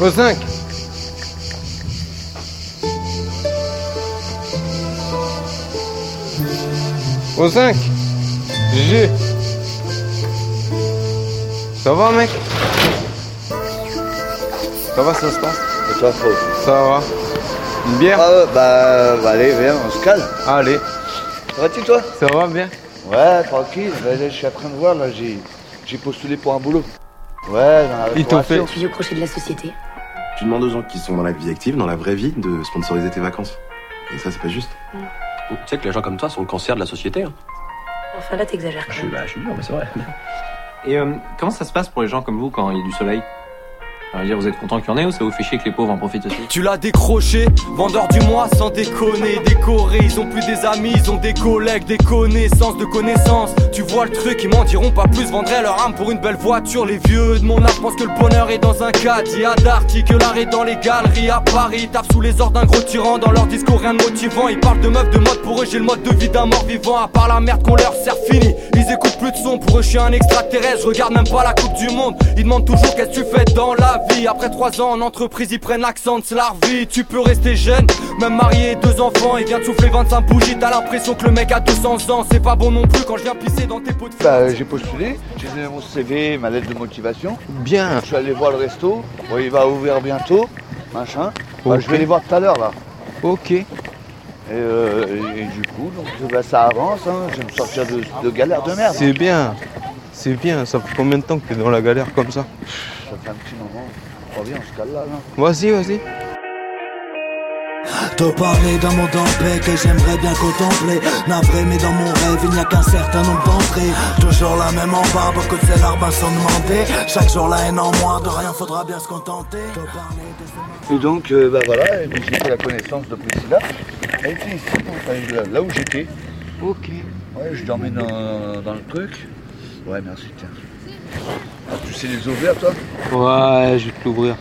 Au 5. Au 5. G. Ça va, mec Ça va, ça se passe Et toi, faut. Ça va. Une bière Ah, ouais, bah, bah, allez, viens, on se cale. Allez, Ça va-tu, toi ça va bien Ouais, tranquille. Bah, là, je suis en train de voir, là, j'ai, j'ai postulé pour un boulot. Ouais, dans la Ils t'ont fait- restauration. Tu es au crochet de la société. Tu demandes aux gens qui sont dans la vie active, dans la vraie vie, de sponsoriser tes vacances. Et ça, c'est pas juste. Tu sais que les gens comme toi sont le cancer de la société. Hein. Enfin là, t'exagères quand même. bah, je suis dur, mais c'est vrai. Et euh, comment ça se passe pour les gens comme vous quand il y a du soleil Enfin, je veux dire, vous êtes content qu'il y en ait ou ça vous fait chier que les pauvres en profitent aussi Tu l'as décroché, vendeur du mois sans déconner, décoré, ils ont plus des amis, ils ont des collègues, des connaissances, de connaissances. Tu vois le truc, ils m'en diront pas plus, vendraient leur âme pour une belle voiture. Les vieux de mon âge pensent que le bonheur est dans un caddie à Darty, que l'art est dans les galeries à Paris. Tape sous les ordres d'un gros tyran, dans leur discours rien de motivant. Ils parlent de meufs, de mode, pour eux j'ai le mode de vie d'un mort vivant. À part la merde qu'on leur sert fini, ils écoutent plus de son, pour eux je suis un extraterrestre, je regarde même pas la Coupe du Monde. Ils demandent toujours qu'est-ce que tu fais dans la vie. Après trois ans en entreprise, ils prennent l'accent de vie Tu peux rester jeune, même marié, deux enfants. Il vient de souffler 25 bougies, t'as l'impression que le mec a 200 ans. C'est pas bon non plus quand je viens pisser dans tes pots de Bah, j'ai postulé, j'ai donné mon CV, ma lettre de motivation. Bien. Je suis allé voir le resto. Bon, il va ouvrir bientôt, machin. Bah, Ok. Je vais les voir tout à l'heure, là. Ok. Et, euh, et- et du coup, donc, bah, ça avance. Hein. Je vais me sortir de, de galère de merde. C'est bien. C'est bien. Ça fait combien de temps que t'es dans la galère comme ça Ça fait un petit moment. Oh, bien, on se cale là, là. Vas-y, vas-y. Te parler d'un monde en paix que j'aimerais bien contempler Navré mais dans mon rêve il n'y a qu'un certain nombre d'entrées Toujours la même en bas, beaucoup de ces larmes sont demandées Chaque jour la haine en moi, de rien faudra bien se contenter Te parler de ce- Et donc, euh, bah voilà, et donc j'ai fait la connaissance de Priscilla. Elle était ici, enfin, là- là où j'étais. Ok. Ouais, je dormais dans, dans le truc. Ouais, merci, tiens. Ah, tu sais les ouvrir, toi Ouais, je vais te l'ouvrir.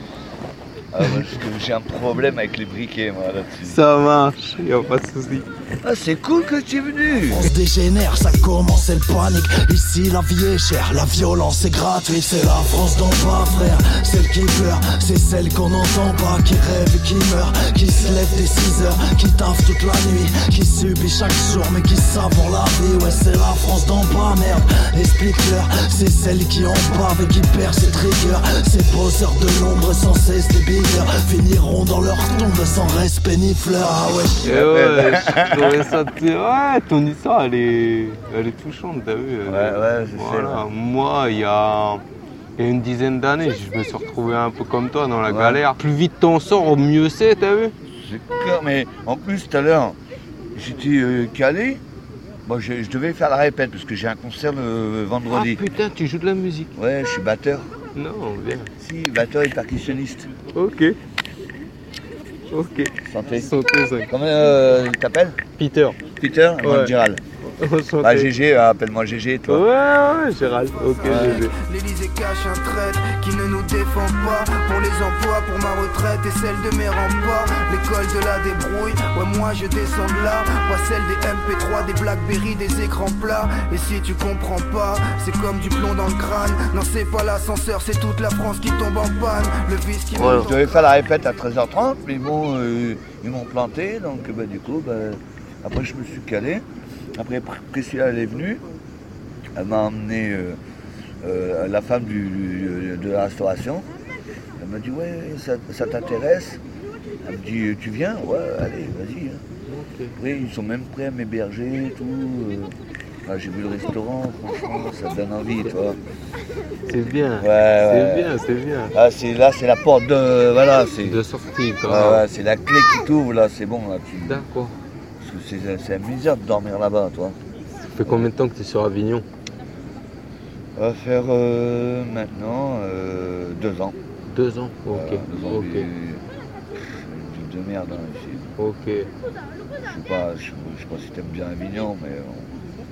Ah, ouais, parce que j'ai un problème avec les briquets, moi, là-dessus. Ça marche. Y'a pas de soucis. Ah, c'est cool que tu es venu On se dégénère, ça commence, c'est le panique Ici la vie est chère, la violence est gratuite C'est la France d'en bas frère, celle qui pleure C'est celle qu'on entend pas, qui rêve et qui meurt Qui se lève dès 6 heures, qui taffe toute la nuit Qui subit chaque jour mais qui savoure la vie Ouais c'est la France d'en bas merde, explique-leur C'est celle qui en bave et qui perd ses triggers Ces poseurs de l'ombre sans cesse des billeurs Finiront dans leur tombe sans respect ni fleurs Ah ouais Eh ouais, je trouvais ça t- ouais, ton histoire, elle est, elle est touchante, t'as vu elle- Ouais, ouais, je sais, voilà. Moi, il y a... il y a une dizaine d'années, je me suis retrouvé un peu comme toi dans la Ouais. galère. Plus vite t'en sors, au mieux c'est, t'as vu C'est clair, mais en plus, tout à l'heure, j'étais euh, calé. Bon, je, je devais faire la répète parce que j'ai un concert le Ah vendredi. putain, tu joues de la musique. Ouais, je suis batteur. Non, bien. Si, batteur et percussionniste. Ok. Ok. Santé. Santé, ça. Comment euh, il t'appelles Peter. Peter Ouais. Moi, Gérald. Santé. Bah, GG, euh, appelle-moi GG, Ouais, toi. ouais, Gérald. Ok, Ouais. GG. L'Elysée cache un traître qui ne nous défend pas Pour les emplois, pour ma retraite et celle de mes remparts L'école de la débrouille, ouais moi je descends de là Pas celle des MP3, des Blackberry, des écrans plats Et si tu comprends pas, c'est comme du plomb dans le crâne Non c'est pas l'ascenseur, c'est toute la France qui tombe en panne Le vice qui Je devais faire la répète à 13h30, mais bon, euh, ils m'ont planté, donc bah, du coup, bah, après je me suis calé. Après, Pr- Priscilla, elle est venue, elle m'a emmené euh, euh, la femme du- du- de la restauration. Elle m'a dit, ouais, ça, ça t'intéresse Elle me dit, euh, tu viens Ouais, allez, vas-y. hein. Après, ils sont même prêts à m'héberger et tout. euh. Ah, J'ai vu le restaurant, franchement, ça donne envie, tu vois. C'est bien. Ouais, ouais. C'est bien, c'est bien. Ah, c'est- là, c'est la porte de. Voilà, c'est. De sortie, quand Ouais, même. ouais, c'est la clé qui t'ouvre là, c'est bon là. Tu... D'accord. parce que C'est c'est la misère de dormir là-bas, toi. Ça fait combien de temps que t'es sur Avignon On va faire euh, maintenant euh, deux ans. Deux ans. Ok, Voilà, deux ans. ok, puis- pff, Euh, une vie de merde hein, ici. ok. Je sais pas, je, je sais pas si t'aimes bien Avignon, mais euh,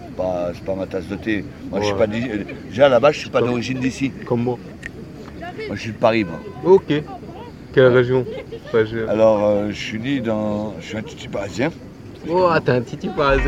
c'est pas, c'est pas ma tasse de thé. Moi, je suis Ouais. pas d'i- euh, déjà là-bas, je suis pas d'origine d'ici. Comme moi. Moi, je suis de Paris, moi. Ok. Quelle région Pas je- Alors, euh, je suis né dans, je suis un petit parisien. Oh, t'as un petit par hasard,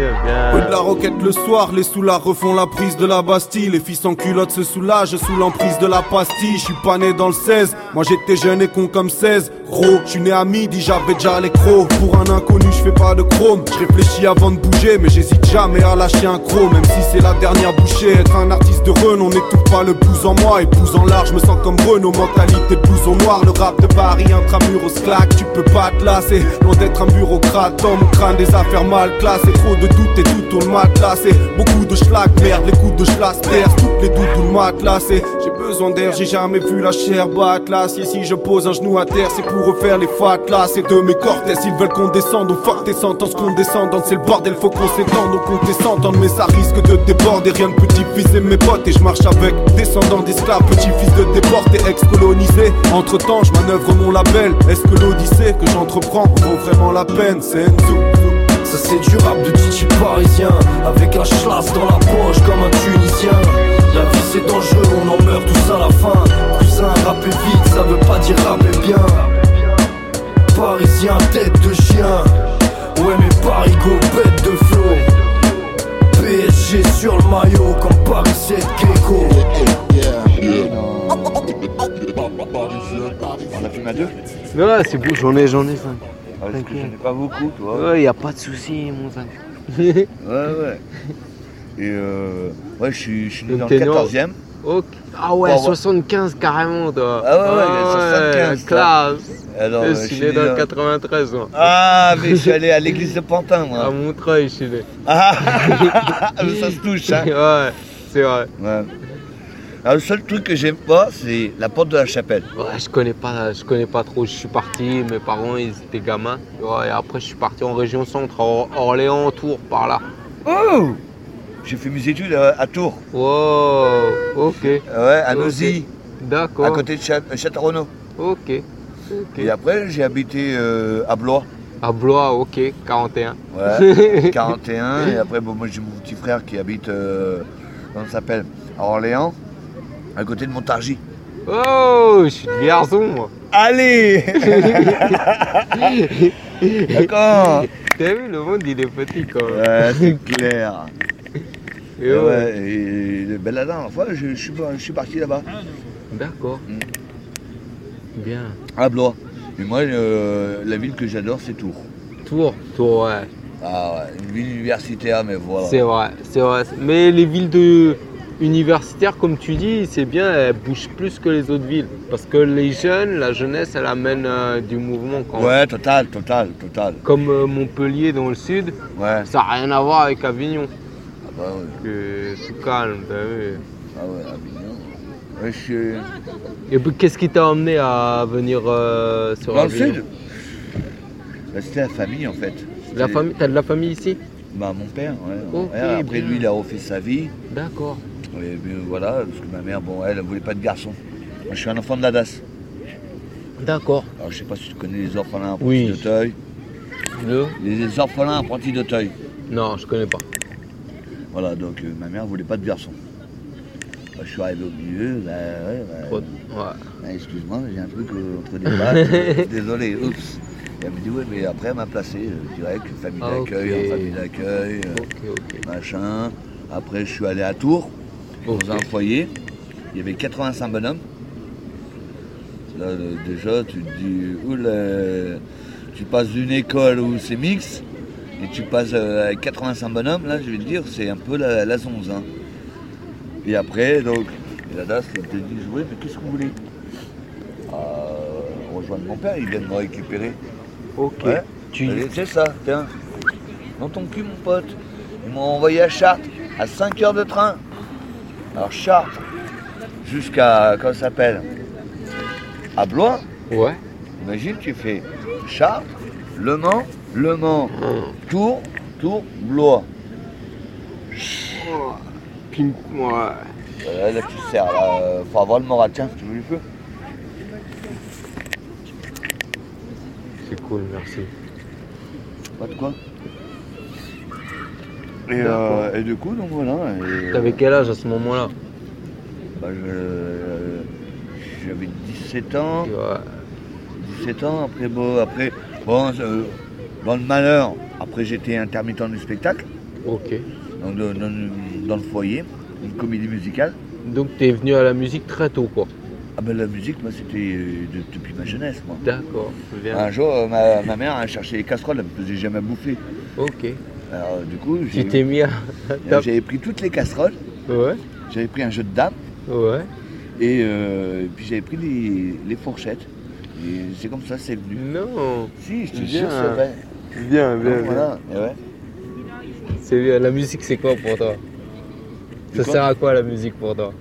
Rue de bien. la roquette le soir, les soulards refont la prise de la Bastille. Les fils en culotte se soulagent sous l'emprise de la pastille. Je suis pas né dans le 16, moi j'étais jeune et con comme 16. Gros, je suis né à midi, j'avais déjà les crocs. Pour un inconnu, je fais pas de chrome. Je réfléchis avant de bouger, mais j'hésite jamais à lâcher un croc. Même si c'est la dernière bouchée, être un artiste de renom n'étouffe pas le pouce en moi. Et pouce en large, je me sens comme Renault, mentalité blouson noir. Le rap de Paris, intramuros, claque, tu peux pas te lasser. Loin d'être un bureaucrate, dans mon crâne des affaires mal classées. Trop de doutes et tout au matelas. Et beaucoup de schlag, merde, les coups de schlass percent. Toutes les doutes ou le matelas. Et J'ai besoin d'air, j'ai jamais vu la chair batlasse. Et si je pose un genou à terre, c'est pour refaire les fatlas. Et de mes cortès, ils veulent qu'on descende. On fuck tes sentences, qu'on descende. C'est le bordel, faut qu'on s'étende. Donc on descende, mais ça risque de déborder. Rien de petit fils et mes potes. Et je marche avec descendant d'esclaves, petit fils de déporté, ex-colonisé. Entre temps, je manœuvre mon label. Est-ce que l'odyssée que j'entreprends en vaut vraiment la peine? C'est Enzo. Ça c'est du rap de DJ parisien Avec un schlass dans la poche comme un tunisien La vie c'est dangereux, on en meurt tous à la fin Cousin, rapper vite, ça veut pas dire rapper bien Parisien, tête de chien Ouais mais Parigo, bête de flow PSG sur le maillot comme Paris 7 Gecko On a filmé à deux Non, c'est bon, j'en ai, j'en ai, ça. Ah, Parce que j'en ai pas beaucoup, toi. Ouais, y a pas de souci, mon zinc. Ouais, ouais. Et euh, ouais, je suis, je suis né Donc dans t'es le né en- 14 e Ok. Ah ouais, Bon, on va- 75 carrément, toi. Ah ouais, ouais, 75, Classe. Alors, Je euh, suis Eh, né dans le 93, moi. Ah, mais je suis allé à l'église de Pantin, À moi. Montreuil, je suis né. Ah, mais ça se touche, hein. Ouais, c'est vrai. Ouais. Alors, le seul truc que j'aime pas, c'est la porte de la chapelle. Ouais, je connais pas, je connais pas trop. Je suis parti, mes parents, ils étaient gamins. Ouais, et après, je suis parti en région centre, Or- Orléans, Tours, par là. Oh J'ai fait mes études euh, à, à Tours, Wow, ok, ouais, à Ok. Nosy, d'accord. à côté de Cha- euh, Château-Renaud. Ok, ok. Et après, j'ai habité euh, à Blois. À Blois, ok, 41. Ouais, 41. Et après, bon, moi j'ai mon petit frère qui habite, euh, comment ça s'appelle À Orléans, à côté de Montargis. Oh, je suis de Vierzon, moi. Allez D'accord T'as vu, le monde, il est petit, quand même. Ouais, c'est clair. Et Et ouais, ouais, et le- ben, la dernière fois, je, je suis, pas- je suis parti là-bas, D'accord. Mm. Bien. à Blois. Et moi, euh, la ville que j'adore, c'est Tours. Tours, Tours, ouais. Ah ouais, une ville universitaire, mais voilà. C'est vrai, c'est vrai. Mais les villes de universitaires, comme tu dis, c'est bien, elles bougent plus que les autres villes. Parce que les jeunes, la jeunesse, elle amène euh, du mouvement quand même. Ouais, total, total, total. Comme euh, Montpellier dans le sud, Ouais, ça n'a rien à voir avec Avignon. ah bah ouais, Que tout calme, bah t'as vu. ah ouais, Avignon. Ouais, je suis Et puis, qu'est-ce qui t'a emmené à venir euh, sur dans le Avignon sud. Bah, C'était la famille, en fait. La C'est- famille, t'as de la famille ici Bah, mon père, ouais. Ok, Ouais, après, bien. lui, il a refait sa vie. D'accord. Et puis, voilà, parce que ma mère, bon, elle, elle voulait pas de garçon. Moi, je suis un enfant de la DAS. D'accord. Alors, je sais pas si tu connais les orphelins apprentis Oui. d'Auteuil. Le Les, les orphelins apprentis d'Auteuil. Non, je connais pas. Voilà, donc euh, ma mère voulait pas de garçon. Bah, je suis arrivé au milieu, bah, ouais, bah, Trop- Ouais. bah, excuse-moi, j'ai un truc euh, entre les pattes. euh, désolé, oups. Et elle me dit, oui, mais après, elle m'a placé euh, direct, famille Ah, d'accueil, ok. en famille d'accueil, euh, Ok, ok. machin. Après, je suis allé à Tours, Ok. dans un foyer. Il y avait 85 bonhommes. Là, euh, déjà, tu te dis, oula, tu passes d'une école où c'est mix, et tu passes euh, à 85 bonhommes, là, je vais te dire, c'est un peu la, la zonze. hein. Et après, donc, et la DAS, elle te dit, oui, mais qu'est-ce que vous voulez Euh, Rejoindre mon père, il vient de me récupérer. Ok. Ouais. Tu- Elle dit, C'est ça, tiens. Dans ton cul, mon pote. Ils m'ont envoyé à Chartres, à 5 heures de train. Alors, Chartres, jusqu'à, comment ça s'appelle À Blois, Ouais. imagine, tu fais Chartres, Le Mans, Le Mans, Tours, Tours, Blois. Ping. Ouais. Voilà, là, tu sers, là. euh, Faut avoir le moral. Tiens, tu veux du feu C'est cool, merci. Pas de quoi et, euh, et du coup, donc voilà. et- euh, T'avais quel âge à ce moment-là Bah, je- J'avais 17 ans. Ouais. 17 ans, après, bon, après, bon, euh, dans le malheur, après, Après, j'étais intermittent du spectacle. Ok. Donc, dans, dans- dans le foyer, une comédie musicale. Donc tu es venu à la musique très tôt, quoi. Ah ben la musique, moi, c'était euh, de- depuis ma jeunesse, moi. D'accord. Bien. Un jour, euh, ma, ma mère a cherché les casseroles, elle me faisait jamais à bouffer. Ok. Alors, euh, du coup, Tu j'ai- t'es mis à. euh, j'avais pris toutes les casseroles, Ouais. j'avais pris un jeu de dames, Ouais. et euh, puis j'avais pris les, les fourchettes. Et c'est comme ça, c'est venu. Non. Si, je te Bien. jure, c'est vrai. Bien, bien, Donc, voilà. Et ouais. bien. C'est bien. La musique, c'est quoi pour toi De Ça quoi sert à quoi la musique pour toi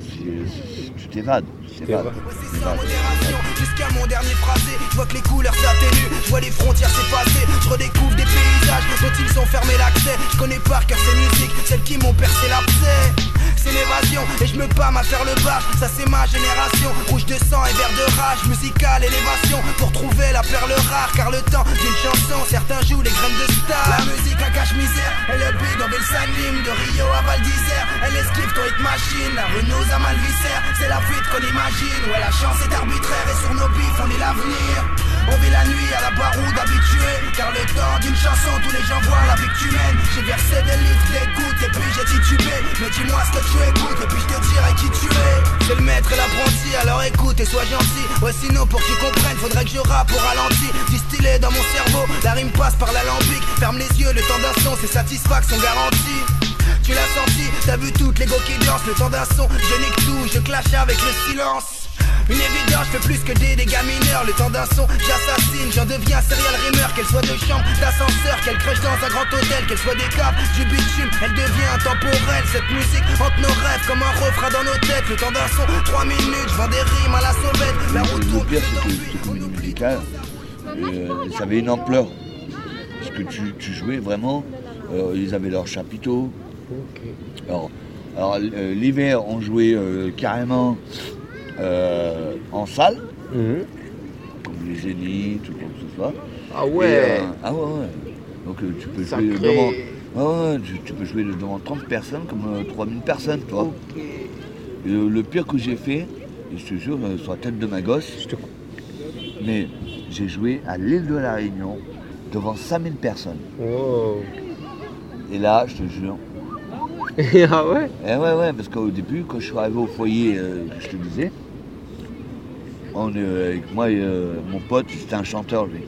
C'est- c'est- Tu t'évades. tu t'évades. sans modération Jusqu'à mon dernier phrasé Je vois que les couleurs s'atténuent Je vois les frontières s'effacer Je redécouvre des paysages Dont ils ont fermé l'accès Je connais par cœur ces musiques Celles qui m'ont percé l'abcès c'est l'évasion et je me pâme à faire le bar Ça c'est ma génération Rouge de sang et vert de rage Musicale élévation Pour trouver la perle rare Car le temps d'une chanson Certains jouent les graines de star La musique à cache-misère Elle est big en ville s'anime De Rio à Val d'Isère Elle esquive ton hit machine La rue nous a mal viscère C'est la fuite qu'on imagine Ouais la chance est arbitraire Et sur nos bifs on est l'avenir On vit la nuit à la baroude habituée Car le temps d'une chanson Tous les gens voient la vie que tu mènes J'ai versé des litres d'écoute Et puis j'ai titubé Mais dis-moi ce que tu écoutes Et puis je te dirai qui tu es C'est le maître et l'apprenti Alors écoute et sois gentil Ouais sinon pour que tu comprennes Faudrait que je rappe au ralenti Distillé dans mon cerveau La rime passe par l'alambic Ferme les yeux le temps d'un son C'est satisfaction garantie tu l'as senti, t'as vu toutes les go qui dansent Le temps d'un son, je nique tout, je clash avec le silence Une évidence, je fais plus que des dégâts mineurs Le temps d'un son, j'assassine, j'en deviens serial rimeur Qu'elle soit de chambre, d'ascenseur, qu'elle crèche dans un grand hôtel Qu'elle soit des caves, du bitume, elle devient intemporelle Cette musique hante nos rêves comme un refrain dans nos têtes Le temps d'un son, 3 minutes, je vends des rimes à la sauvette La route Le tourne, pire, c'est que cette comédie musicale, euh, ça avait une ampleur. Parce que tu, tu jouais vraiment, euh, ils avaient leurs chapiteaux. Alors, alors, euh, l'hiver, on jouait euh, carrément euh, en salle, Mhm. comme les zéniths ou comme ce soit. Ah Et, ouais. euh, ah ouais, ouais. Donc euh, tu peux Ça jouer crée- devant. ouais, ouais, tu, tu peux jouer devant 30 personnes comme euh, 3000 personnes, toi. Et Le, le pire que j'ai fait, et je te jure, euh, sur la tête de ma gosse, mais j'ai joué à l'île de la Réunion devant 5000 personnes. Wow. Et là, je te jure. ah ouais Eh ouais, ouais, parce qu'au début, quand je suis arrivé au foyer, euh, que je te disais, on, euh, avec moi et euh, mon pote, c'était un chanteur, lui.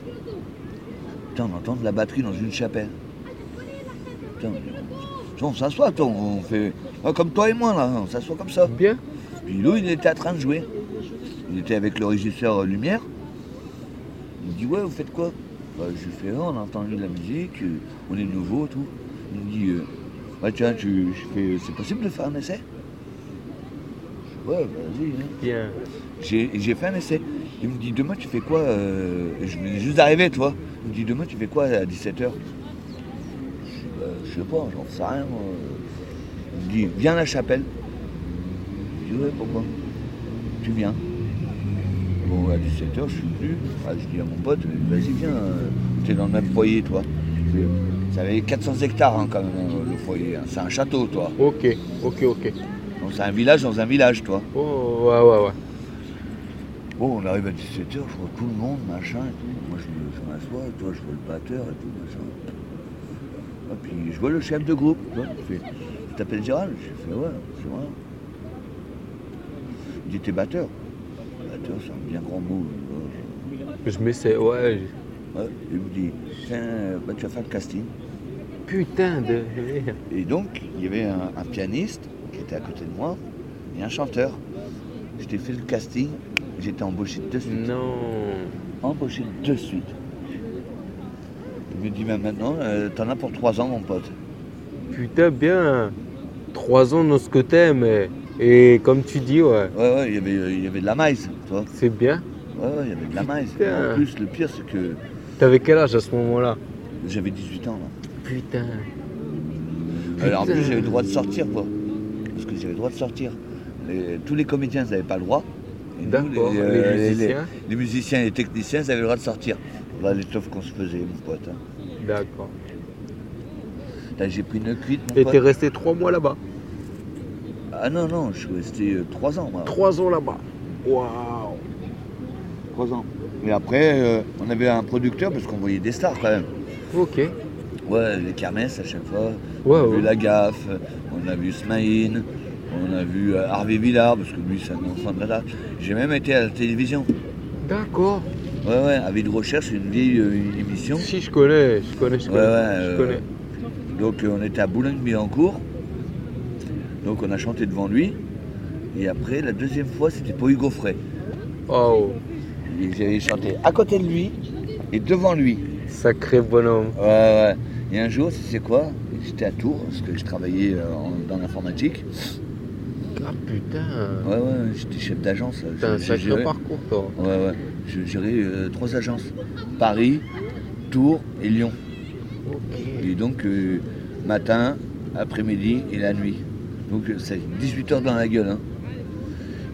Putain, on entend de la batterie dans une chapelle. Putain, on- on s'assoit, toi, on fait. ah, comme toi et moi, là, on s'assoit comme ça. Bien. Puis lui, il était en train de jouer. Il était avec le régisseur euh, Lumière. Il me dit Ouais, vous faites quoi Bah, Je lui fais Ouais, On a entendu de la musique, euh, on est nouveau, tout. Il me dit euh, Ouais, tiens, tu, je fais, euh, c'est possible de faire un essai Je dis, Ouais, vas-y. hein. Bien. J'ai j'ai fait un essai. Il me dit Demain, tu fais quoi euh, Je venais juste d'arriver, toi. Il me dit Demain, tu fais quoi à 17h Je dis Bah, Je sais pas, j'en sais rien. moi. Il me dit Viens à la chapelle. Je dis Ouais, pourquoi Tu viens. Bon, à 17h, je suis venu. Ah, je dis à mon pote, vas-y, viens, euh, t'es dans le même foyer, toi. Ça avait 400 hectares hein, quand même, euh, le foyer. hein. C'est un château, toi. Ok, ok, ok. Donc, c'est un village dans un village, toi. Oh, ouais, ouais, ouais. Bon, on arrive à 17h, je vois tout le monde, machin, et tout. Moi, je me je m'assois, toi, je vois le batteur et tout, machin. Et puis, je vois le chef de groupe, tu vois. Il fait, tu t'appelles Gérald Je fais, ouais, c'est vrai. Il dit, t'es batteur Batteur, c'est un bien grand mot. euh, Je m'essaie, ouais. je- Ouais, il me dit, tiens, bah, tu vas faire le casting. Putain de merde. Et donc, il y avait un, un pianiste qui était à côté de moi et un chanteur. Je t'ai fait le casting, j'étais embauché de suite. Non. Embauché de suite. Il me dit, mais maintenant, euh, t'en as pour trois ans, mon pote. Putain, bien. Trois ans dans ce que t'aimes. eh. Et comme tu dis, ouais. Ouais, ouais, il y avait, euh, il y avait de la maïs, toi. C'est bien. Ouais, ouais, il y avait de la maïs. Putain. En plus, le pire, c'est que T'avais quel âge à ce moment-là j'avais 18 ans, là. Putain. Alors, en plus, Putain. j'avais le droit de sortir, quoi. Parce que j'avais le droit de sortir. Les- tous les comédiens, ils n'avaient pas le droit. Et nous, D'accord, les, euh, musiciens. les musiciens et les techniciens, ils avaient le droit de sortir. Voilà l'étoffe qu'on se faisait, mon pote. hein. D'accord. Là, j'ai pris une cuite, mon Et t'es pote. resté trois mois là-bas. Ah non, non, je suis resté euh, trois ans, moi. Trois ans là-bas. Waouh. Trois ans. Et après, euh, on avait un producteur, parce qu'on voyait des stars, quand même. Ok. Ouais, les kermesses à chaque fois. Ouais, on a ouais. vu La Gaffe, on a vu Smaïn, on a vu euh, Harvey Villard, parce que lui c'est un enfant de radar. J'ai même été à la télévision. D'accord. Ouais, ouais, Avis de recherche, une vieille euh, une émission. Si, je connais, je connais, je Ouais, connais. ouais, je euh, connais. Donc euh, on était à Boulogne-Billancourt. Donc on a chanté devant lui. Et après, la deuxième fois, c'était pour Hugo Frey. Oh, Et J'avais chanté à côté de lui et devant lui. sacré bonhomme. Ouais, ouais. Et un jour, tu sais quoi J'étais à Tours, parce que je travaillais euh, en- dans l'informatique. Ah putain. Ouais, ouais, j'étais chef d'agence. là. T'as un Je- je sacré gérais- parcours, toi. Ouais, ouais. Je gérais euh, trois agences Paris, Tours et Lyon. Ok. Et donc, euh, matin, après-midi et la nuit. Donc, euh, c'est 18 heures dans la gueule. hein.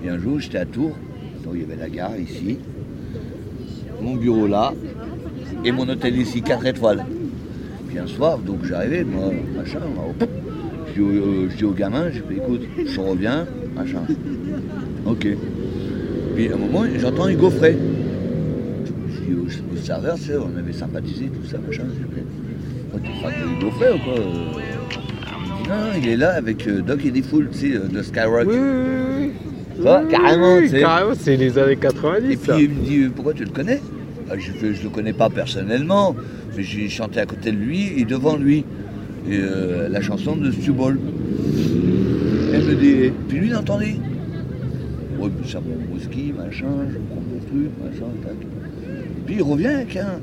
Et un jour, j'étais à Tours. Donc, il y avait la gare ici, mon bureau là, et mon hôtel ici, 4 étoiles. Puis un soir, donc j'arrivais, moi, machin, là, je dis, au, euh, je dis au gamin, je fais écoute, je reviens, machin. Ok. Puis à un moment, j'entends Hugo Frey. Je dis au, au serveur, tu sais, on avait sympathisé, tout ça, machin. Je fais, Quoi, t'es fan de Hugo Frey ou quoi euh Il me dit, non, non, il est là avec euh, Doc et des foules, tu sais, euh, de Skyrock. Oui, oui, oui, oui. Ça, Oui, carrément, oui, tu sais. Carrément, c'est les années 90, Et ça. puis il me dit, pourquoi tu le connais Ah, Je fais, je le connais pas personnellement, mais j'ai chanté à côté de lui et devant lui. Et, euh, la chanson de Stu Ball. Elle me dit, puis lui il entendait. Ouais, mais ça mon whisky, machin, je prends mon truc, machin, tac. Puis il revient avec un,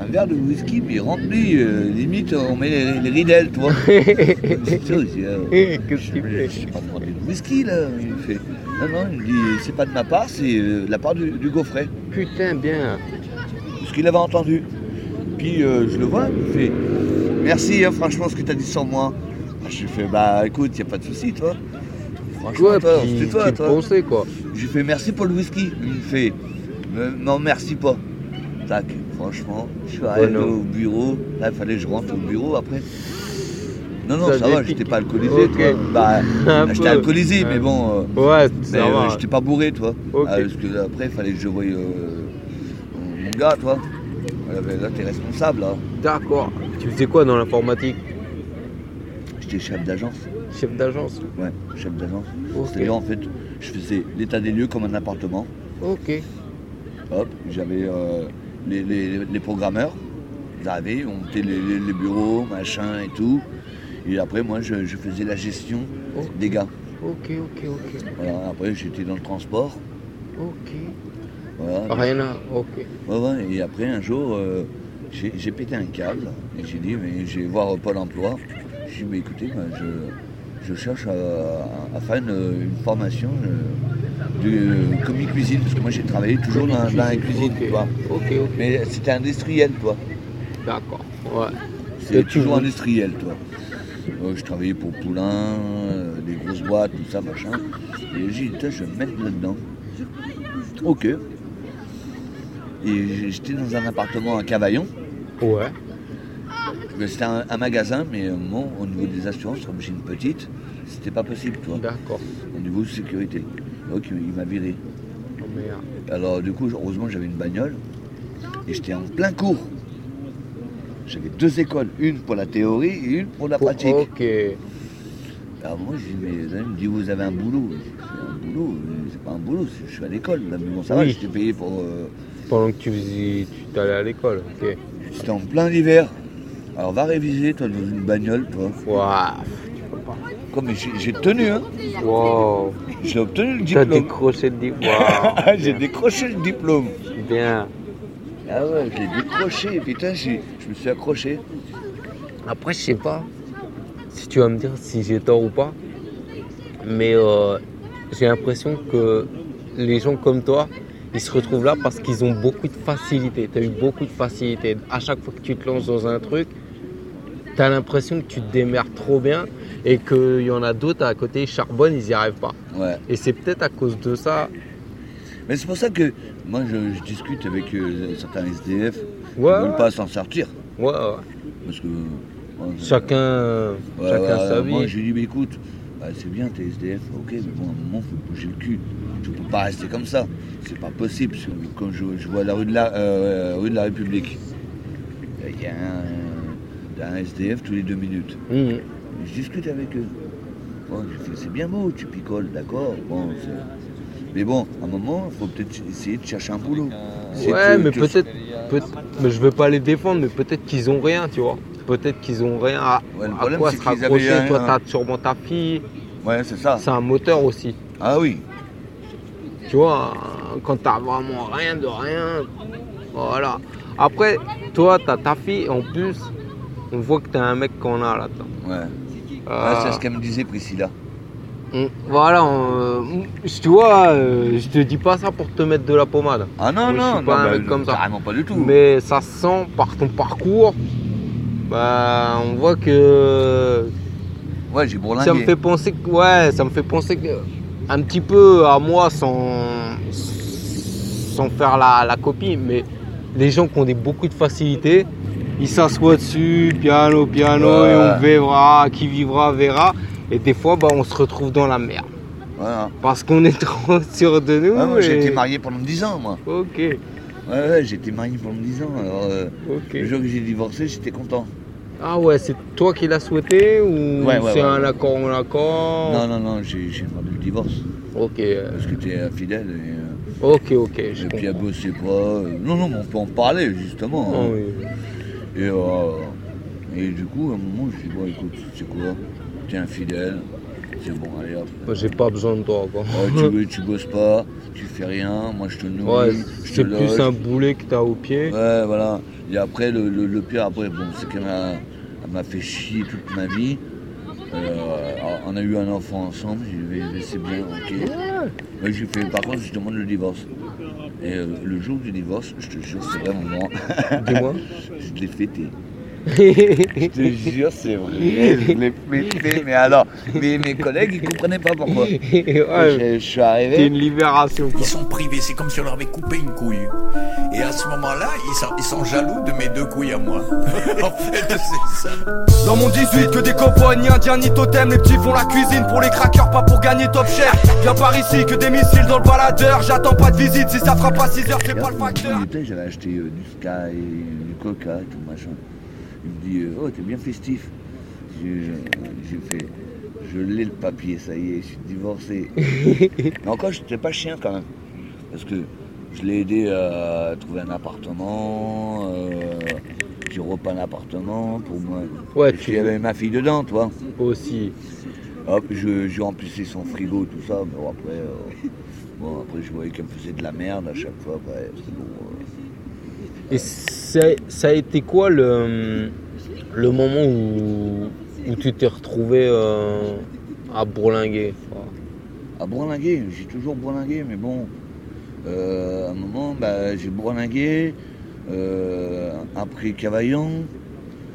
un verre de whisky, puis il remplit, euh, limite on met les, les ridelles, tu vois. Je dis, euh, Eh, Qu'est-ce je qu'il lui fait ai dit, j'ai pas demandé de whisky là. Il fait. Non, non, il me dit, c'est pas de ma part, c'est euh, de la part du, du gaufret. Putain, bien. Parce qu'il avait entendu. Puis euh, je le vois, il me fait Merci hein, franchement ce que t'as dit sur moi. Ah, Je lui fais bah écoute, y a pas de souci toi. Franchement, Ouais, toi, puis, c'est toi, tu toi. pensais, quoi. Je lui fais merci pour le whisky. Il me fait Euh, non merci pas. Tac, franchement, je suis arrivé Bonhomme. au bureau. Là, il fallait que je rentre au bureau après. Non, non, Ça ça, va, dépique. j'étais pas alcoolisé, Ok. toi. Bah, Un j'étais peu. alcoolisé, Ouais. mais bon. euh, Ouais, mais ça euh, va. j'étais pas bourré, toi. Ok. Ah, parce que après, il fallait que je voie euh, mon gars, toi. Là, ben, là, t'es responsable, là. D'accord. Tu faisais quoi dans l'informatique J'étais chef d'agence. Chef d'agence Ouais, chef d'agence. Ok. C'est-à-dire, en fait, je faisais l'état des lieux comme un appartement. Ok. Hop, j'avais euh, les, les- les programmeurs. Ils arrivaient, on montait les, les- les bureaux, machin et tout. Et après, moi, je, je faisais la gestion Ok. des gars. Ok, ok, ok. Voilà, après, j'étais dans le transport. Ok. Voilà. Rien à. Ok. Ouais, ouais, et après, un jour, euh, j'ai j'ai pété un câble et j'ai dit, mais je vais voir Pôle emploi. Je dit, mais écoutez, moi, je, je cherche à, à faire une, une formation euh, de commis cuisine, parce que moi j'ai travaillé toujours dans, dans la cuisine, Ok. tu vois. Ok, ok. Mais c'était industriel, toi. D'accord. Ouais. Et C'est tu toujours veux- industriel, toi. Euh, je travaillais pour Poulain, euh, des grosses boîtes, tout ça, machin. Et j'ai dit, putain, je vais me mettre là-dedans. Ok. Et j'ai- j'étais dans un appartement à Cavaillon. Ouais. Mais C'était un, un magasin, mais euh, bon, au niveau des assurances, comme j'ai une petite, c'était pas possible, toi, D'accord. au niveau de sécurité. Donc il m'a viré. Oh, merde. Alors du coup, heureusement, j'avais une bagnole et j'étais en plein cours. J'avais deux écoles, une pour la théorie et une pour la pratique. Oh, Ok. Alors moi, je dis, mais là, il me dit, vous avez un boulot. Je dis, un boulot, euh, c'est pas un boulot, c'est- je suis à l'école. Là, mais bon, ça va, Oui. j'étais payé pour. euh, Pendant que tu faisais. Tu allé à l'école. Ok. C'était en plein hiver. Alors va réviser, toi, dans une bagnole, toi. Waouh. Quoi, mais j'ai j'ai tenu, hein. Wow. J'ai obtenu le T'as diplôme. décroché le diplôme. Waouh. Ah, J'ai décroché le diplôme. Bien. Ah ouais, j'ai décroché, putain, j'ai- je me suis accroché. Après, je sais pas si tu vas me dire si j'ai tort ou pas, mais euh, j'ai l'impression que les gens comme toi, ils se retrouvent là parce qu'ils ont beaucoup de facilité. Tu as eu beaucoup de facilité. À chaque fois que tu te lances dans un truc, tu as l'impression que tu te démerdes trop bien et qu'il y en a d'autres à côté, ils charbonnent, ils n'y arrivent pas. Ouais. Et c'est peut-être à cause de ça. Mais c'est pour ça que moi, je, je discute avec euh, certains SDF qui Ouais, ne veulent ouais, pas s'en sortir. ouais, ouais. Parce que. euh, Chacun, Ouais, chacun ouais, sa ouais, Moi, vie. j'ai dit, mais écoute, bah, c'est bien, t'es SDF, ok, mais bon, à un moment, faut bouger le cul. Tu peux pas rester comme ça. C'est pas possible. Parce que Quand je, je vois la rue de la, euh, rue de la République, il il y a un, un SDF tous les deux minutes. Mmh. Je discute avec eux. Bon, je fais, c'est bien beau, tu picoles, d'accord. Bon, c'est- mais bon, à un moment, il faut peut-être essayer de chercher un boulot. C'est Ouais, que- mais que- peut-être. peut- mais je veux pas les défendre, mais peut-être qu'ils ont rien, tu vois. Peut-être qu'ils ont rien à, Ouais, le à problème, quoi c'est se qu'ils avaient raccrocher. rien, Toi, hein. t'as sûrement ta fille. Ouais, c'est ça. C'est un moteur aussi. Ah oui. Tu vois, euh, quand t'as vraiment rien de rien, voilà. Après, toi, t'as ta fille, en plus, on voit que t'es un mec qu'on a là-dedans. Ouais. Euh, Ah, c'est ce qu'elle me disait, Priscilla. on- voilà, on- je- tu vois, euh, je te dis pas ça pour te mettre de la pommade. Ah Moi, non, je non, suis pas non, un bah, mec comme ça. carrément pas du tout. Mais ça se sent par ton parcours. Bah, on voit que. Ouais, j'ai bourlingué. Ça me fait penser que. Ouais, ça me fait penser que. Un petit peu à moi sans. sans faire la, la copie, mais les gens qui ont des, beaucoup de facilité, ils s'assoient dessus, piano, piano, Ouais. et on verra, qui vivra, verra. Et des fois, bah, on se retrouve dans la merde. Voilà. Parce qu'on est trop sûr de nous. Ouais, moi, j'ai et- été marié pendant 10 ans, moi. Ok, Ouais, ouais, j'ai été marié pendant 10 ans. Alors, euh, ok. le jour que j'ai divorcé, j'étais content. Ah ouais, c'est toi qui l'as souhaité ou Ouais, ouais, c'est ouais, un ouais. accord en accord Non, non, non, j'ai j'ai demandé le divorce. Ok, euh, Parce que t'es infidèle et, euh, ok, ok, je et puis comprends. elle bossait pas. euh, Non, non, mais on peut en parler justement. Ah hein. oui, oui. Et, euh, et du coup, à un moment, je dis Bon, écoute, c'est quoi T'es infidèle. C'est bon, allez hop. Moi, J'ai pas besoin de toi, quoi. Ouais, tu, tu bosses pas, tu fais rien, moi je te Ouais, nourris, je te c'est loge. plus un boulet que t'as au pied. Ouais, voilà. Et après, le, le- le pire, après, bon, c'est qu'elle m'a, elle m'a fait chier toute ma vie. Euh, alors, on a eu un enfant ensemble, j'ai dit, Mais c'est bien, ok. Mais j'ai fait, par contre, je demande le divorce. Et euh, le jour du divorce, je te jure, c'est vraiment moi. Dis-moi. je l'ai fêté. Je te jure, c'est vrai, je l'ai fêté. Mais alors, mes, mes collègues, ils comprenaient pas pourquoi. ouais, Je, je suis arrivé. c'est une libération, quoi. Ils sont privés, c'est comme si on leur avait coupé une couille. Et à ce moment-là, ils sont, ils sont jaloux de mes deux couilles à moi. en fait, c'est ça. Dans mon 18, que des copains, ni indiens, ni totem. Les petits font la cuisine pour les crackers, pas pour gagner top cher. Viens par ici, que des missiles dans le baladeur. J'attends pas de visite, si ça fera pas 6 heures, c'est pas le facteur. Il était, j'avais acheté euh, du Sky, du Coca, tout machin. Il me dit, euh, oh, t'es bien festif. J'ai j'ai fait, je l'ai le papier, ça y est, je suis divorcé. Mais encore, j'étais pas chien quand même. Parce que je l'ai aidé à trouver un appartement, euh, j'ai repeint un appartement pour moi. Ouais, Parce tu- qu'il y avait ma fille dedans, toi. Aussi. Hop, je, je remplissais son frigo, tout ça, mais bon, après, euh, bon, après je voyais qu'elle me faisait de la merde à chaque fois, ouais, c'est bon. euh, Et ça, ça a été quoi le, le moment où, où tu t'es retrouvé euh, à bourlinguer quoi à bourlinguer. J'ai toujours bourlingué, mais bon, euh, à un moment, bah, j'ai bourlingué. euh, après Cavaillon,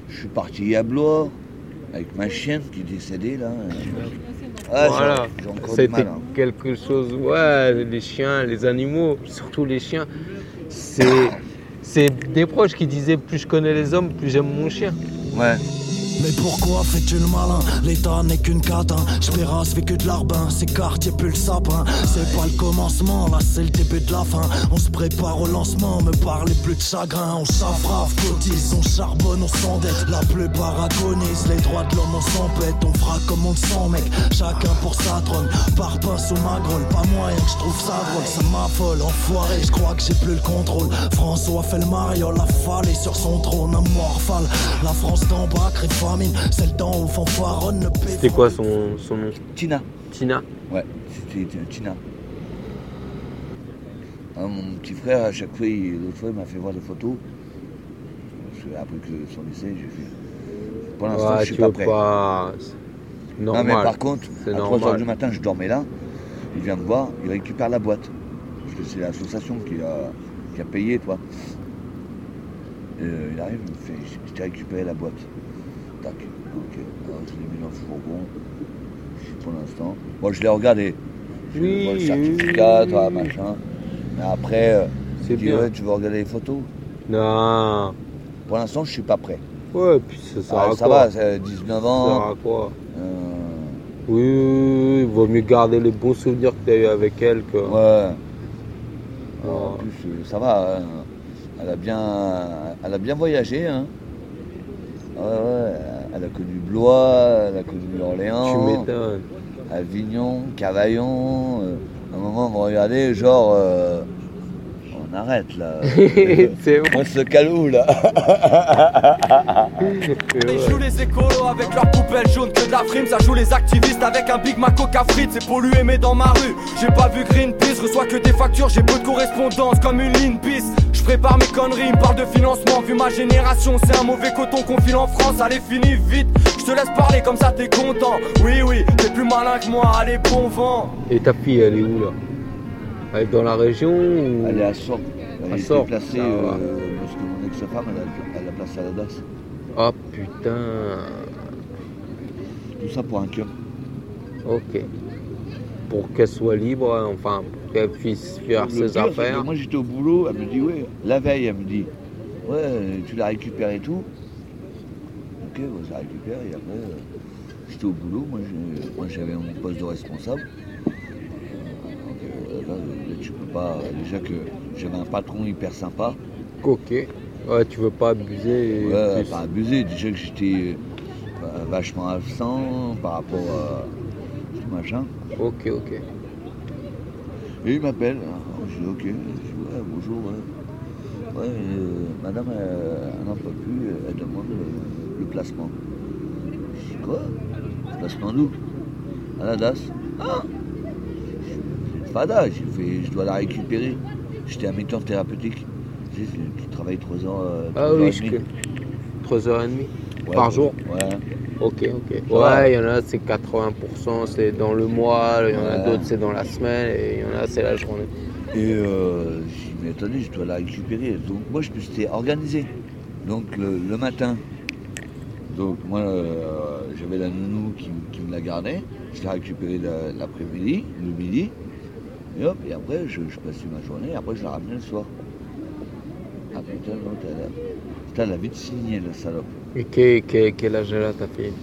je suis parti à Blois avec ma chienne qui est décédée là. Ah, j'ai- Voilà. j'ai encore Ça a du été mal. hein. quelque chose. Ouais, les chiens, les animaux, surtout les chiens. C'est, c'est des proches qui disaient plus je connais les hommes, plus j'aime mon chien. Ouais. Mais pourquoi fais-tu le malin L'état n'est qu'une catin. J'pérasse vécu de l'arbin. C'est quartier plus le sapin. C'est pas le commencement, là c'est le début de la fin. On se prépare au lancement, me parlez plus de chagrin. On chavrave, cotise, on charbonne, on s'endette. La plupart agonise, les droits de l'homme on s'embête. On fera comme on le sent, mec. Chacun pour sa trône. Par pain sous ma grolle, pas moyen que je trouve ça drôle. Ça m'affole, enfoiré, je crois que j'ai plus le contrôle. François fait le mariole, la fallée sur son trône, un morphale. La France d'en bas crée famine, c'est le temps où fanfaronne le pays. C'était quoi son, son nom Tina. Tina Ouais, c'était euh, Tina. Hein, mon petit frère, à chaque fois, il- l'autre fois, il m'a fait voir des photos. Parce que Après que son décès, j'ai fait. Pour l'instant, Ouais, je suis tu pas veux prêt. pas. C'est Normal. Non, mais par contre, C'est à 3h normal. du matin, je dormais là. Il vient me voir, il récupère la boîte. Parce que c'est l'association qui a, qui a payé, toi. Euh, il arrive, il me fait Je t'ai récupéré la boîte. Tac. Ok. Alors, je l'ai mis dans le fourgon. Pour l'instant. Bon, je l'ai regardé. Je Oui, vois le certificat, oui, toi, oui. machin. Mais après, euh, C'est il dit bien. Ouais, tu veux regarder les photos Non. Pour l'instant, je suis pas prêt. Ouais, puis ça sert Ah, à ça quoi va, c'est 19 Ça sert ans. à quoi euh, Oui, oui, oui, il vaut mieux garder les bons souvenirs que t'as eu avec elle que. Ouais. Ouais. Oh. En plus, euh, ça va. hein. Elle a bien, elle a bien voyagé. Hein. Elle a connu Blois, elle a connu Orléans. Tu m'étonnes. Avignon, Cavaillon. euh, à un moment, vous regardez, genre. euh, on arrête là. on se caloue Oh. là. Ils jouent les écolos avec leurs poubelles jaunes que de la frime Ça joue les activistes avec un Big Mac coca frites C'est pollué mais dans ma rue J'ai pas vu Greenpeace, reçois que des factures J'ai peu de correspondance comme une ligne pisse Je prépare mes conneries, ils me parlent de financement Vu ma génération, c'est un mauvais coton qu'on file en France Allez finis vite, je te laisse parler comme ça t'es content Oui oui, t'es plus malin que moi, allez bon vent Et ta fille, elle est où là Elle est dans la région ou... Elle est à Sorgue. Elle À a été Sorgue, placée ça va. euh, parce que mon ex-femme, elle a- elle l'a placée à la DAS. Ah putain. Tout ça pour un cœur. Ok. Pour qu'elle soit libre, hein, enfin, pour qu'elle puisse faire Le ses pire, c'est que affaires. Moi j'étais au boulot, elle me dit ouais, la veille elle me dit ouais tu l'as récupéré et tout. Ok, moi je la récupère et après euh, j'étais au boulot, moi j'ai- moi, j'avais mon poste de responsable. Euh, Là, là, tu peux pas. Déjà que j'avais un patron hyper sympa. Ok. Ouais, tu veux pas abuser. et Ouais, plus. pas abusé, déjà que j'étais euh, vachement absent par rapport à tout machin. Ok, ok. Et il m'appelle. Alors, Je dis ok, je dis ouais, bonjour. Ouais, Ouais, euh, madame, euh, elle n'en peut plus, elle demande le, le placement. Je dis quoi Placement d'où À la DAS. Ah C'est pas là, j'ai fait, je dois la récupérer. J'étais à mi-temps thérapeutique. J'ai dit, tu travailles 3 ans. euh, Ah trois heures oui, et je demie. que- 3h30 Ouais, par jour Ouais. Ok, ok. Ça va. Ouais, il y en a, c'est 80%, c'est dans le mois, il y en a Ouais. d'autres, c'est dans la semaine, et il y en a, c'est la journée. Et euh, j'ai dit, mais attendez, je dois la récupérer. Donc moi, je me suis organisé. Donc le, le matin, donc moi, euh, j'avais la nounou qui, qui me la gardait. Je l'ai récupérée la- l'après-midi, le midi. Et hop, et après, je, je passais ma journée. Et après, je la ramenais le soir. Ah putain, non, t'as la- putain, elle a vite signé, la salope. Et quel, quel- quel âge elle a ta fille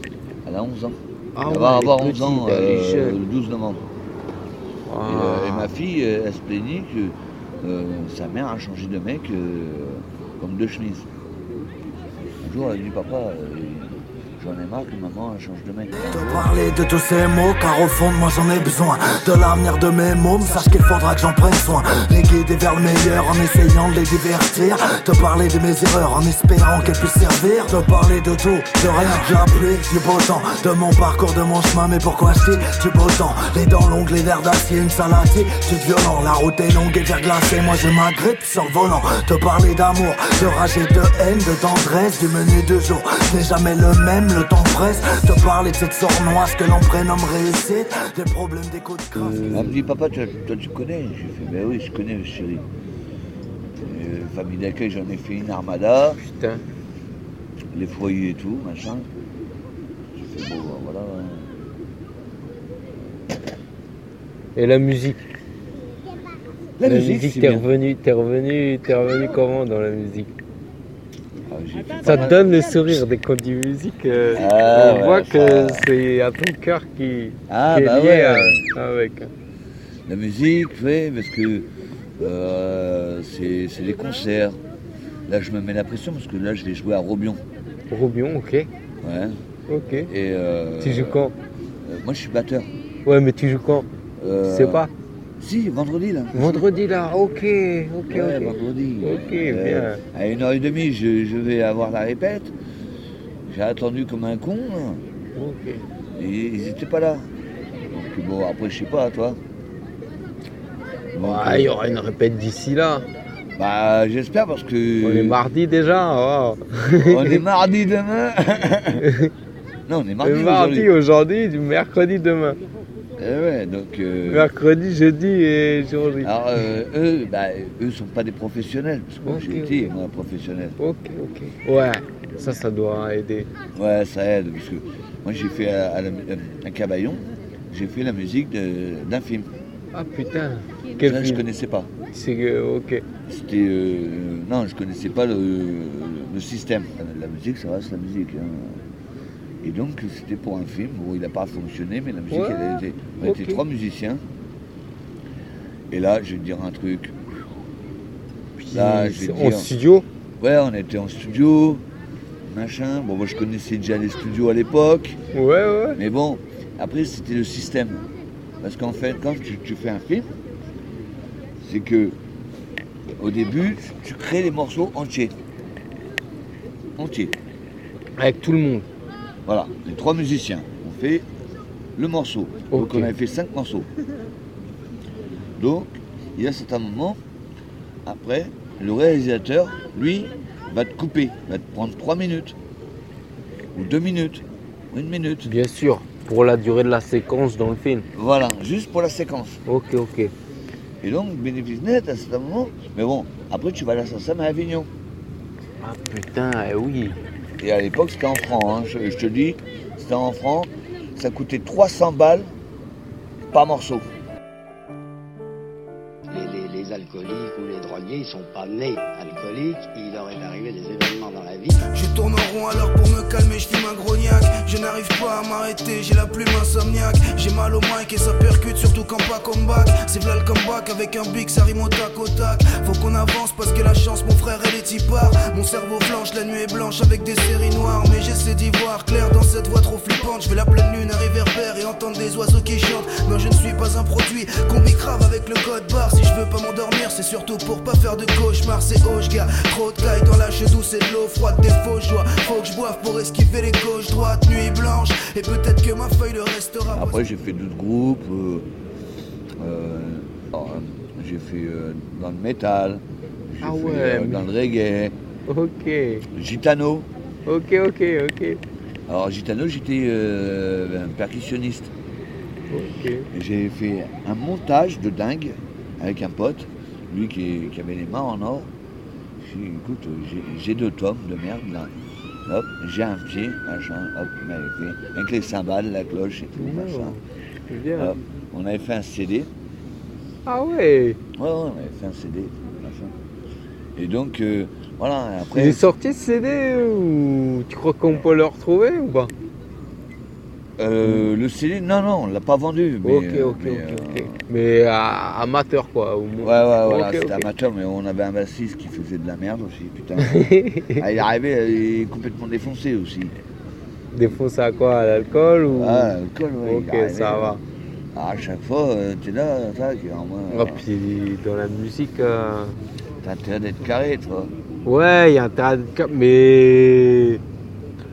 Elle a 11 ans. Ah elle ouais, va avoir elle est 11 ans petite, elle est euh, jeune. le 12 novembre. Et, Ah, euh, et ma fille, euh, elle se plaignait que euh, sa mère a changé de mec euh, comme deux chemises. Un jour, elle a dit Papa, euh, j'en ai marre que maman elle change de mec. Parler de tous ces mots, car au fond de moi j'en ai besoin. De l'avenir de mes mômes, sache qu'il faudra que j'en prenne soin. Les guider vers le meilleur en essayant de les divertir. Te parler de mes erreurs en espérant qu'elles puissent servir. Te parler de tout, de rien, de la pluie, du beau temps. De mon parcours, de mon chemin, mais pourquoi acheter du beau temps Les dents longues, les verres d'acier, une salatée, c'est violent. La route est longue et verglacée, moi je m'agrippe sur le volant. Te parler d'amour, de rage et de haine, de tendresse, du menu de jour. N'est jamais le même, le temps presse. Te parler de cette sournoise que l'on prénomme réussite. Des problèmes d'écho de crasse. Elle me dit Papa, toi, toi, tu connais J'ai fait Ben oui, je connais, chérie. Euh, famille d'accueil, j'en ai fait une armada. Putain. Les foyers et tout, machin. J'ai fait Bon, ben, voilà. Et la musique La musique, c'est t'es bien. revenu, t'es revenu, t'es revenu comment dans la musique Ah, j'ai fait Ça pas te mal. donne le sourire dès qu'on dit musique. euh, Ah, on ouais, voit ça- que c'est à ton cœur qui, Ah, qui est bah lié ouais. à- avec. La musique, oui, parce que euh, c'est c'est les concerts. Là, je me mets la pression parce que là, je vais jouer à Robion. Robion, ok. Ouais. Ok. Et, euh, Tu joues quand euh, Moi, je suis batteur. Ouais, mais tu joues quand Euh, Tu sais pas Si, vendredi, là. Vendredi là, ok, ok, Ouais, ok. vendredi. Ok, Euh, à une heure et demie, je, je vais avoir la répète. J'ai attendu comme un con. là. bien. Ok. Et ils n'étaient pas là. Donc, bon, après, je sais pas, toi. Donc, Ouais, Ah, il y aura une répète d'ici là. Bah, j'espère parce que. On est mardi déjà. oh. On est mardi demain. non, on est mardi Le Euh, mardi aujourd'hui. aujourd'hui, du mercredi demain. Eh ouais, donc. euh, Mercredi, jeudi et jour J. alors, euh, eux, bah, eux sont pas des professionnels, parce que moi, Ok, j'ai ok. été, moi, un professionnel. Ok, ok. Ouais, ça, ça doit aider. Ouais, ça aide, parce que moi, j'ai fait euh, à, à la- à Cabaillon, j'ai fait la musique de- d'un film. Ah putain, Ça, quel je film connaissais pas. C'est que, ok. C'était. euh, non, je connaissais pas le, le système. La musique, ça reste la musique. hein. Et donc, c'était pour un film. Bon, il n'a pas fonctionné, mais la musique, Ouais, elle a été. On était ok. trois musiciens. Et là, je vais te dire un truc. Là, je vais C'est te en dire- studio Ouais, on était en studio. machin. Bon, moi je connaissais déjà les studios à l'époque. Ouais, ouais. Mais bon, après c'était le système. Parce qu'en fait, quand tu, tu fais un film, c'est que au début, tu crées les morceaux entiers. Entiers. Avec tout le monde. Voilà, les trois musiciens. On fait le morceau. Donc on avait fait cinq morceaux. Donc, il y a certains moments, après, le réalisateur, lui, va te couper, va te prendre trois minutes, ou deux minutes, ou une minute. Bien sûr, pour la durée de la séquence dans le film. Voilà, juste pour la séquence. Ok, ok. Et donc, bénéfice net à un certain moment. Mais bon, après, tu vas à la SACEM à Avignon. Ah putain, oui. Et à l'époque, c'était en francs. hein. Je, je te dis, c'était en francs. Ça coûtait 300 balles par morceau. Les, les- les alcooliques ou les drogués, ils sont pas nés alcooliques, il leur est arrivé des événements dans la vie. Je tourne en rond alors pour me calmer, je fume un grognac. Je n'arrive pas à m'arrêter, j'ai la plume insomniaque. J'ai mal au mic et ça percute, surtout quand pas comeback. C'est v'là le comeback avec un big, ça rime au tac au tac. Faut qu'on avance parce que la chance, mon frère, elle est y part. Mon cerveau flanche, la nuit est blanche avec des séries noires. Mais j'essaie d'y voir clair dans cette voix trop flippante. Je vais la pleine lune, un réverbère et entendre des oiseaux qui chantent. Non, je ne suis pas un produit combi grave avec le code barre. Si je veux pas m'endormir, c'est surtout pour pas faire de cauchemar. C'est hoche, gars. Trop de caille dans la che douce et de l'eau froide des faux joies. Faut que je boive pour esquiver les gauches droites, nuit blanche. Et peut-être que ma feuille le restera. Après, j'ai fait d'autres groupes. euh, euh, alors, euh, j'ai fait euh, dans le métal. J'ai Ah fait ouais, euh, mais- dans le reggae. Ok. Gitano. Ok, ok, ok. Alors, Gitano, j'étais euh, un percussionniste. Ok. J'ai fait un montage de dingue avec un pote, lui qui, qui avait les mains en or. J'ai dit, écoute, j'ai- j'ai deux tomes de merde là. Hop, j'ai un pied, machin, hop, il m'avait fait. Avec les cymbales, la cloche et tout, machin. Ah. Bien. Hop, on avait fait un CD. Ah ouais. Ouais, ouais, on avait fait un CD, machin. Et donc, euh, voilà, Il après. est sorti ce CD euh, ou tu crois qu'on peut le retrouver ou pas euh, le CD, non, non, on l'a pas vendu. Mais, Ok, euh, ok, mais, ok, euh, ok. Mais à- amateur quoi, au moins. Ouais, ouais, voilà, Ok, c'était ok. amateur, mais on avait un bassiste qui faisait de la merde aussi, putain. Ah, il arrivait il est complètement défoncé aussi. Défoncé à quoi À l'alcool ou Ah, l'alcool, ouais. il Ok, arrivait, ça va. Ah, à chaque fois, euh, t'es là, tac, et en moins. Ah, puis dans la musique. euh, T'as intérêt d'être carré, toi. Ouais, il y a un tas de cas, mais.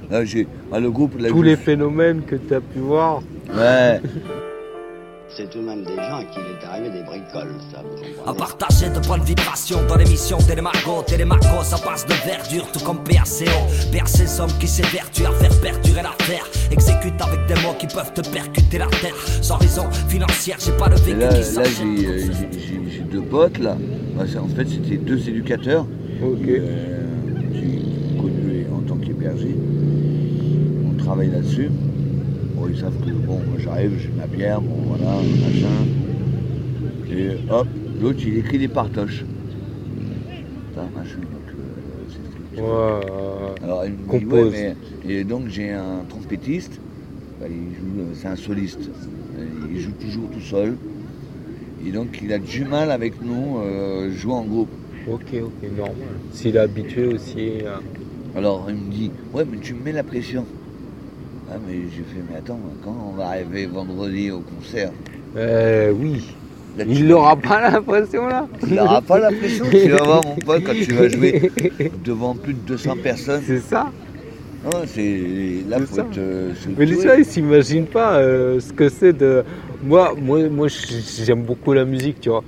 Là, j'ai. Ah, le groupe, là, Tous je- les phénomènes que tu as pu voir. Ouais. C'est tout de même des gens à qui il est arrivé des bricoles, ça. vous comprenez À partager de bonnes vibrations dans l'émission Télémarco. Télémarco, ça passe de verdure, tout comme PACO. Père ces hommes qui s'évertuent à faire perdurer l'affaire. Exécute avec des mots qui peuvent te percuter la terre. Sans raison financière, j'ai pas le Et vécu là, qui là s'achète. j'ai, euh, j'ai- j'ai- j'ai deux potes, là. Bah, c'est- en fait, c'était deux éducateurs. Ok. qui connus euh, en tant qu'hébergés. On travaille là-dessus. Bon, ils savent que, bon, moi, j'arrive, j'ai ma bière, bon, voilà, machin. Et hop, l'autre, il écrit des partoches. Putain, machin, donc, euh, c'est- Alors, il me dit, Compose. ouais, mais- Et donc, j'ai un trompettiste. Bah, il joue, euh, c'est un soliste. Euh, Il joue toujours tout seul. Et donc, il a du mal avec nous euh, jouer en groupe. Ok, ok, normal. S'il est habitué aussi. euh, Alors, il me dit, ouais, mais tu me mets la pression. Ah, mais j'ai fait, mais attends, quand on va arriver vendredi au concert Euh, oui. Il n'aura pas l'impression là Il n'aura pas la pression, tu vas voir mon pote quand tu vas jouer devant plus de 200 personnes. C'est ça Non, c'est là faut ça. être, euh, Mais les gens, structuré. ils s'imaginent pas euh, ce que c'est de. Moi, moi, moi j- j'aime beaucoup la musique, tu vois.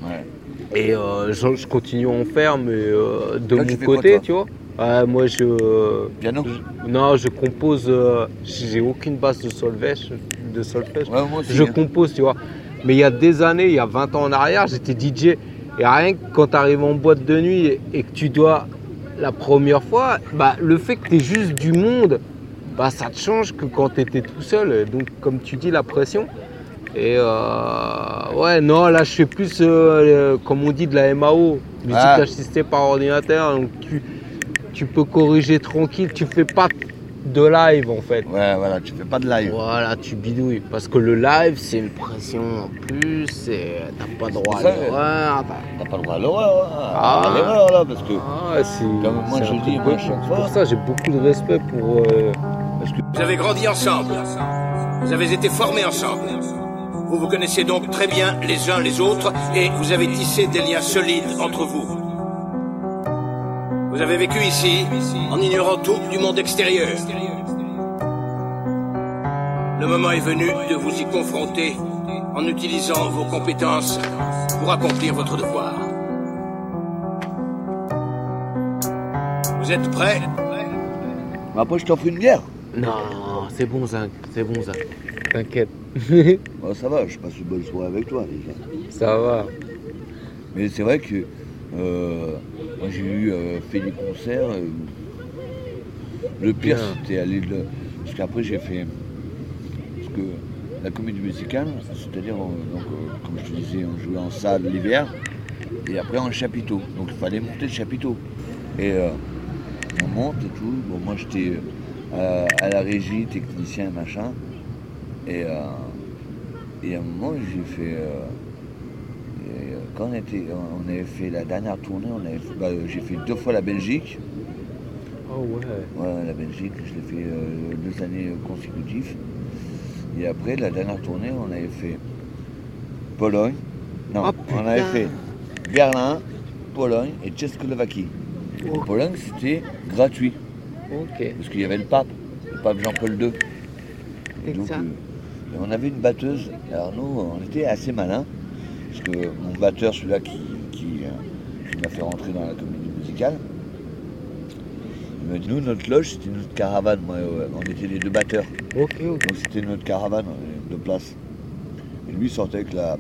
Et euh, je, je continue à en faire, mais euh, de Là, tu mon fais quoi, côté, toi tu vois. Ouais, moi, je. Piano Non, je compose. euh, J'ai aucune base de solfège. De solfège. aussi, je hein. compose, tu vois. Mais il y a des années, il y a 20 ans en arrière, j'étais DJ. Et rien que quand tu arrives en boîte de nuit et, et que tu dois la première fois, bah, le fait que tu es juste du monde, bah, ça te change que quand tu étais tout seul. Et Donc, comme tu dis, la pression. Et euh, ouais, non, là, je fais plus, euh, euh, comme on dit, de la MAO, musique Ah. assistée par ordinateur. Donc, tu, tu peux corriger tranquille, tu fais pas de live en fait. Ouais, voilà, tu fais pas de live. Voilà, tu bidouilles. Parce que le live, c'est une pression en plus, c'est- t'as pas droit à C'est ça, l'erreur. T'as pas le droit à l'erreur. hein. Ah. À l'erreur, là, parce que. Ah, c'est. Comme moi, c'est je un le dis, truc moi, de à ouf. chaque C'est fois. pour ça, j'ai beaucoup de respect pour. euh, Vous avez grandi ensemble. Vous avez été formés ensemble. Vous vous connaissez donc très bien les uns les autres et vous avez tissé des liens solides entre vous. Vous avez vécu ici en ignorant tout du monde extérieur. Le moment est venu de vous y confronter en utilisant vos compétences pour accomplir votre devoir. Vous êtes prêts Mais après, je t'offre une bière. Non, c'est bon, Zach, c'est bon, Zach. T'inquiète. Bon, Bah, ça va, je passe une bonne soirée avec toi déjà. Ça va. Mais c'est vrai que euh, moi j'ai eu euh, fait des concerts. euh, le pire Bien. c'était aller de. Parce qu'après j'ai fait. Parce que la comédie musicale, c'est-à-dire, euh, donc, euh, comme je te disais, on jouait en salle l'hiver et après en chapiteau. Donc il fallait monter le chapiteau. Et euh, on monte et tout. Bon, moi j'étais euh, à la régie, technicien, machin. Et, euh, et à un moment, j'ai fait. euh, et, euh, quand on, était, on avait fait la dernière tournée, on avait fait- bah, euh, j'ai fait deux fois la Belgique. Oh ouais. Ouais, la Belgique, je l'ai fait euh, deux années euh, consécutives. Et après, la dernière tournée, on avait fait Pologne. Non, on avait fait Berlin, Pologne et Tchécoslovaquie. En Pologne, c'était gratuit. Parce qu'il y avait le pape, le pape Jean-Paul II. Et donc, euh, et on avait une batteuse. Alors nous, on était assez malins. Parce que mon batteur, celui-là qui, qui, euh, qui m'a fait rentrer dans la comédie musicale, il m'a dit, nous, notre loge, c'était notre caravane. Moi, euh, on était les deux batteurs. Donc c'était notre caravane, euh, de place. Et lui, il sortait avec la,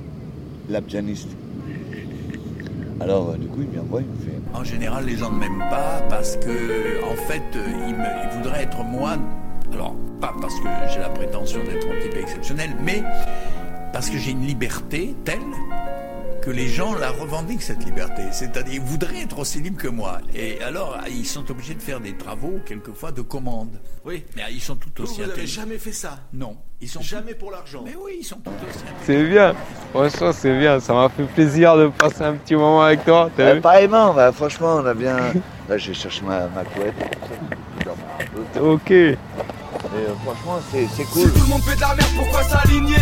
la pianiste. Alors, euh, du coup, il vient me voir, il me fait... En général, les gens ne m'aiment pas parce que, en fait, euh, ils, me- ils voudraient être moi. Alors, pas parce que j'ai la prétention d'être un petit peu exceptionnel, mais parce que j'ai une liberté telle que les gens la revendiquent, cette liberté. C'est-à-dire, ils voudraient être aussi libres que moi. Et alors, ils sont obligés de faire des travaux, quelquefois, de commande. Oui. Mais ils sont tout aussi intelligents. jamais fait ça Non. Ils sont Jamais pour l'argent. Mais oui, ils sont tout aussi C'est bien. Franchement, c'est bien. Ça m'a fait plaisir de passer un petit moment avec toi. t'as Euh, vu pareillement, bah, franchement, on a bien... Là, je vais chercher ma, ma couette. Ok. Et, euh, franchement, c'est c'est Si cool. tout le monde fait de la merde, pourquoi s'aligner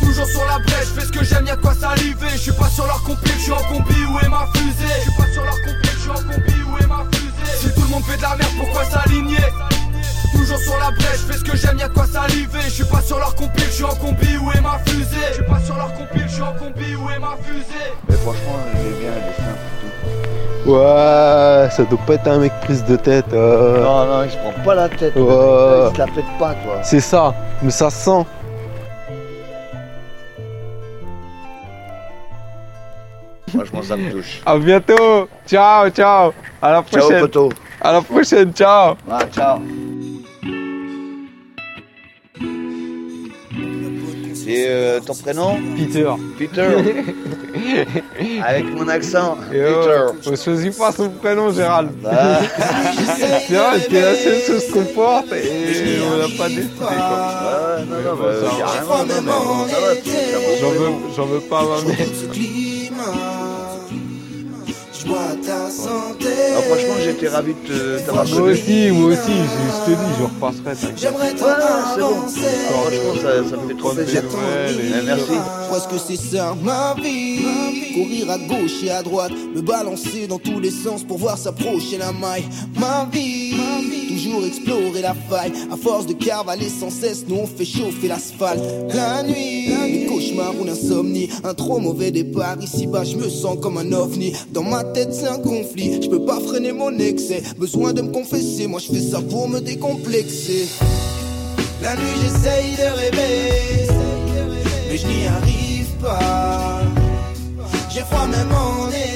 Toujours sur la brèche, fais ce que j'aime, y'a de quoi saliver. Je suis pas sur leur compil, je suis en combi, où est ma fusée Je suis pas sur leur compil, je suis en combi, où est ma fusée Si tout le monde fait de la merde, pourquoi s'aligner Toujours sur la brèche, fais ce que j'aime, y'a de quoi saliver. Je suis pas sur leur compil, je suis en combi, où est ma fusée Je suis pas sur leur compil, je suis en combi, où est ma fusée Mais franchement, j'ai bien le destin. Ouais, ça doit pas être un mec prise de tête. euh. Non, non, il se prend pas la tête. Ouais. Il se la pète pas, toi. C'est ça. Mais ça se sent. Franchement, ça me touche. À bientôt. Ciao, ciao. À la Ciao, prochaine. poteau. À la prochaine. Ciao. Ah, ciao. Et euh, ton prénom Peter. Peter. Avec mon accent. Peter. On choisit pas son prénom, Gérald. Ah. c'est vrai, c'est la seule chose qu'on porte et on l'a pas décidé. quoi. non, Mais non, bon, bah, ça va. carrément, non, mais bon, ça va, c'est un bon J'en veux, prénom. j'en veux pas ma mère. Ah, franchement, j'étais ravi de te- t'avoir Moi connu. aussi, moi aussi, je, je te dis, je repasserai. t'inquiète. J'aimerais te Ouais, c'est bon. balancer. Ah, Franchement, ça, ça me fait trop Prendre des plaisir. nouvelles et- Eh, Merci. Parce que c'est ça ma vie. Courir à gauche et à droite, me balancer dans tous les sens pour voir s'approcher la maille. Ma vie, toujours explorer la faille. À force de carvaler sans cesse, nous on fait chauffer l'asphalte. La nuit, les cauchemars ou l'insomnie. Un trop mauvais départ, ici-bas je me sens comme un ovni. Dans ma tête c'est un conflit, je peux pas freiner mon excès. Besoin de me confesser, moi je fais ça pour me décomplexer. La nuit j'essaye de rêver, mais je n'y arrive pas. J'ai froid même en été.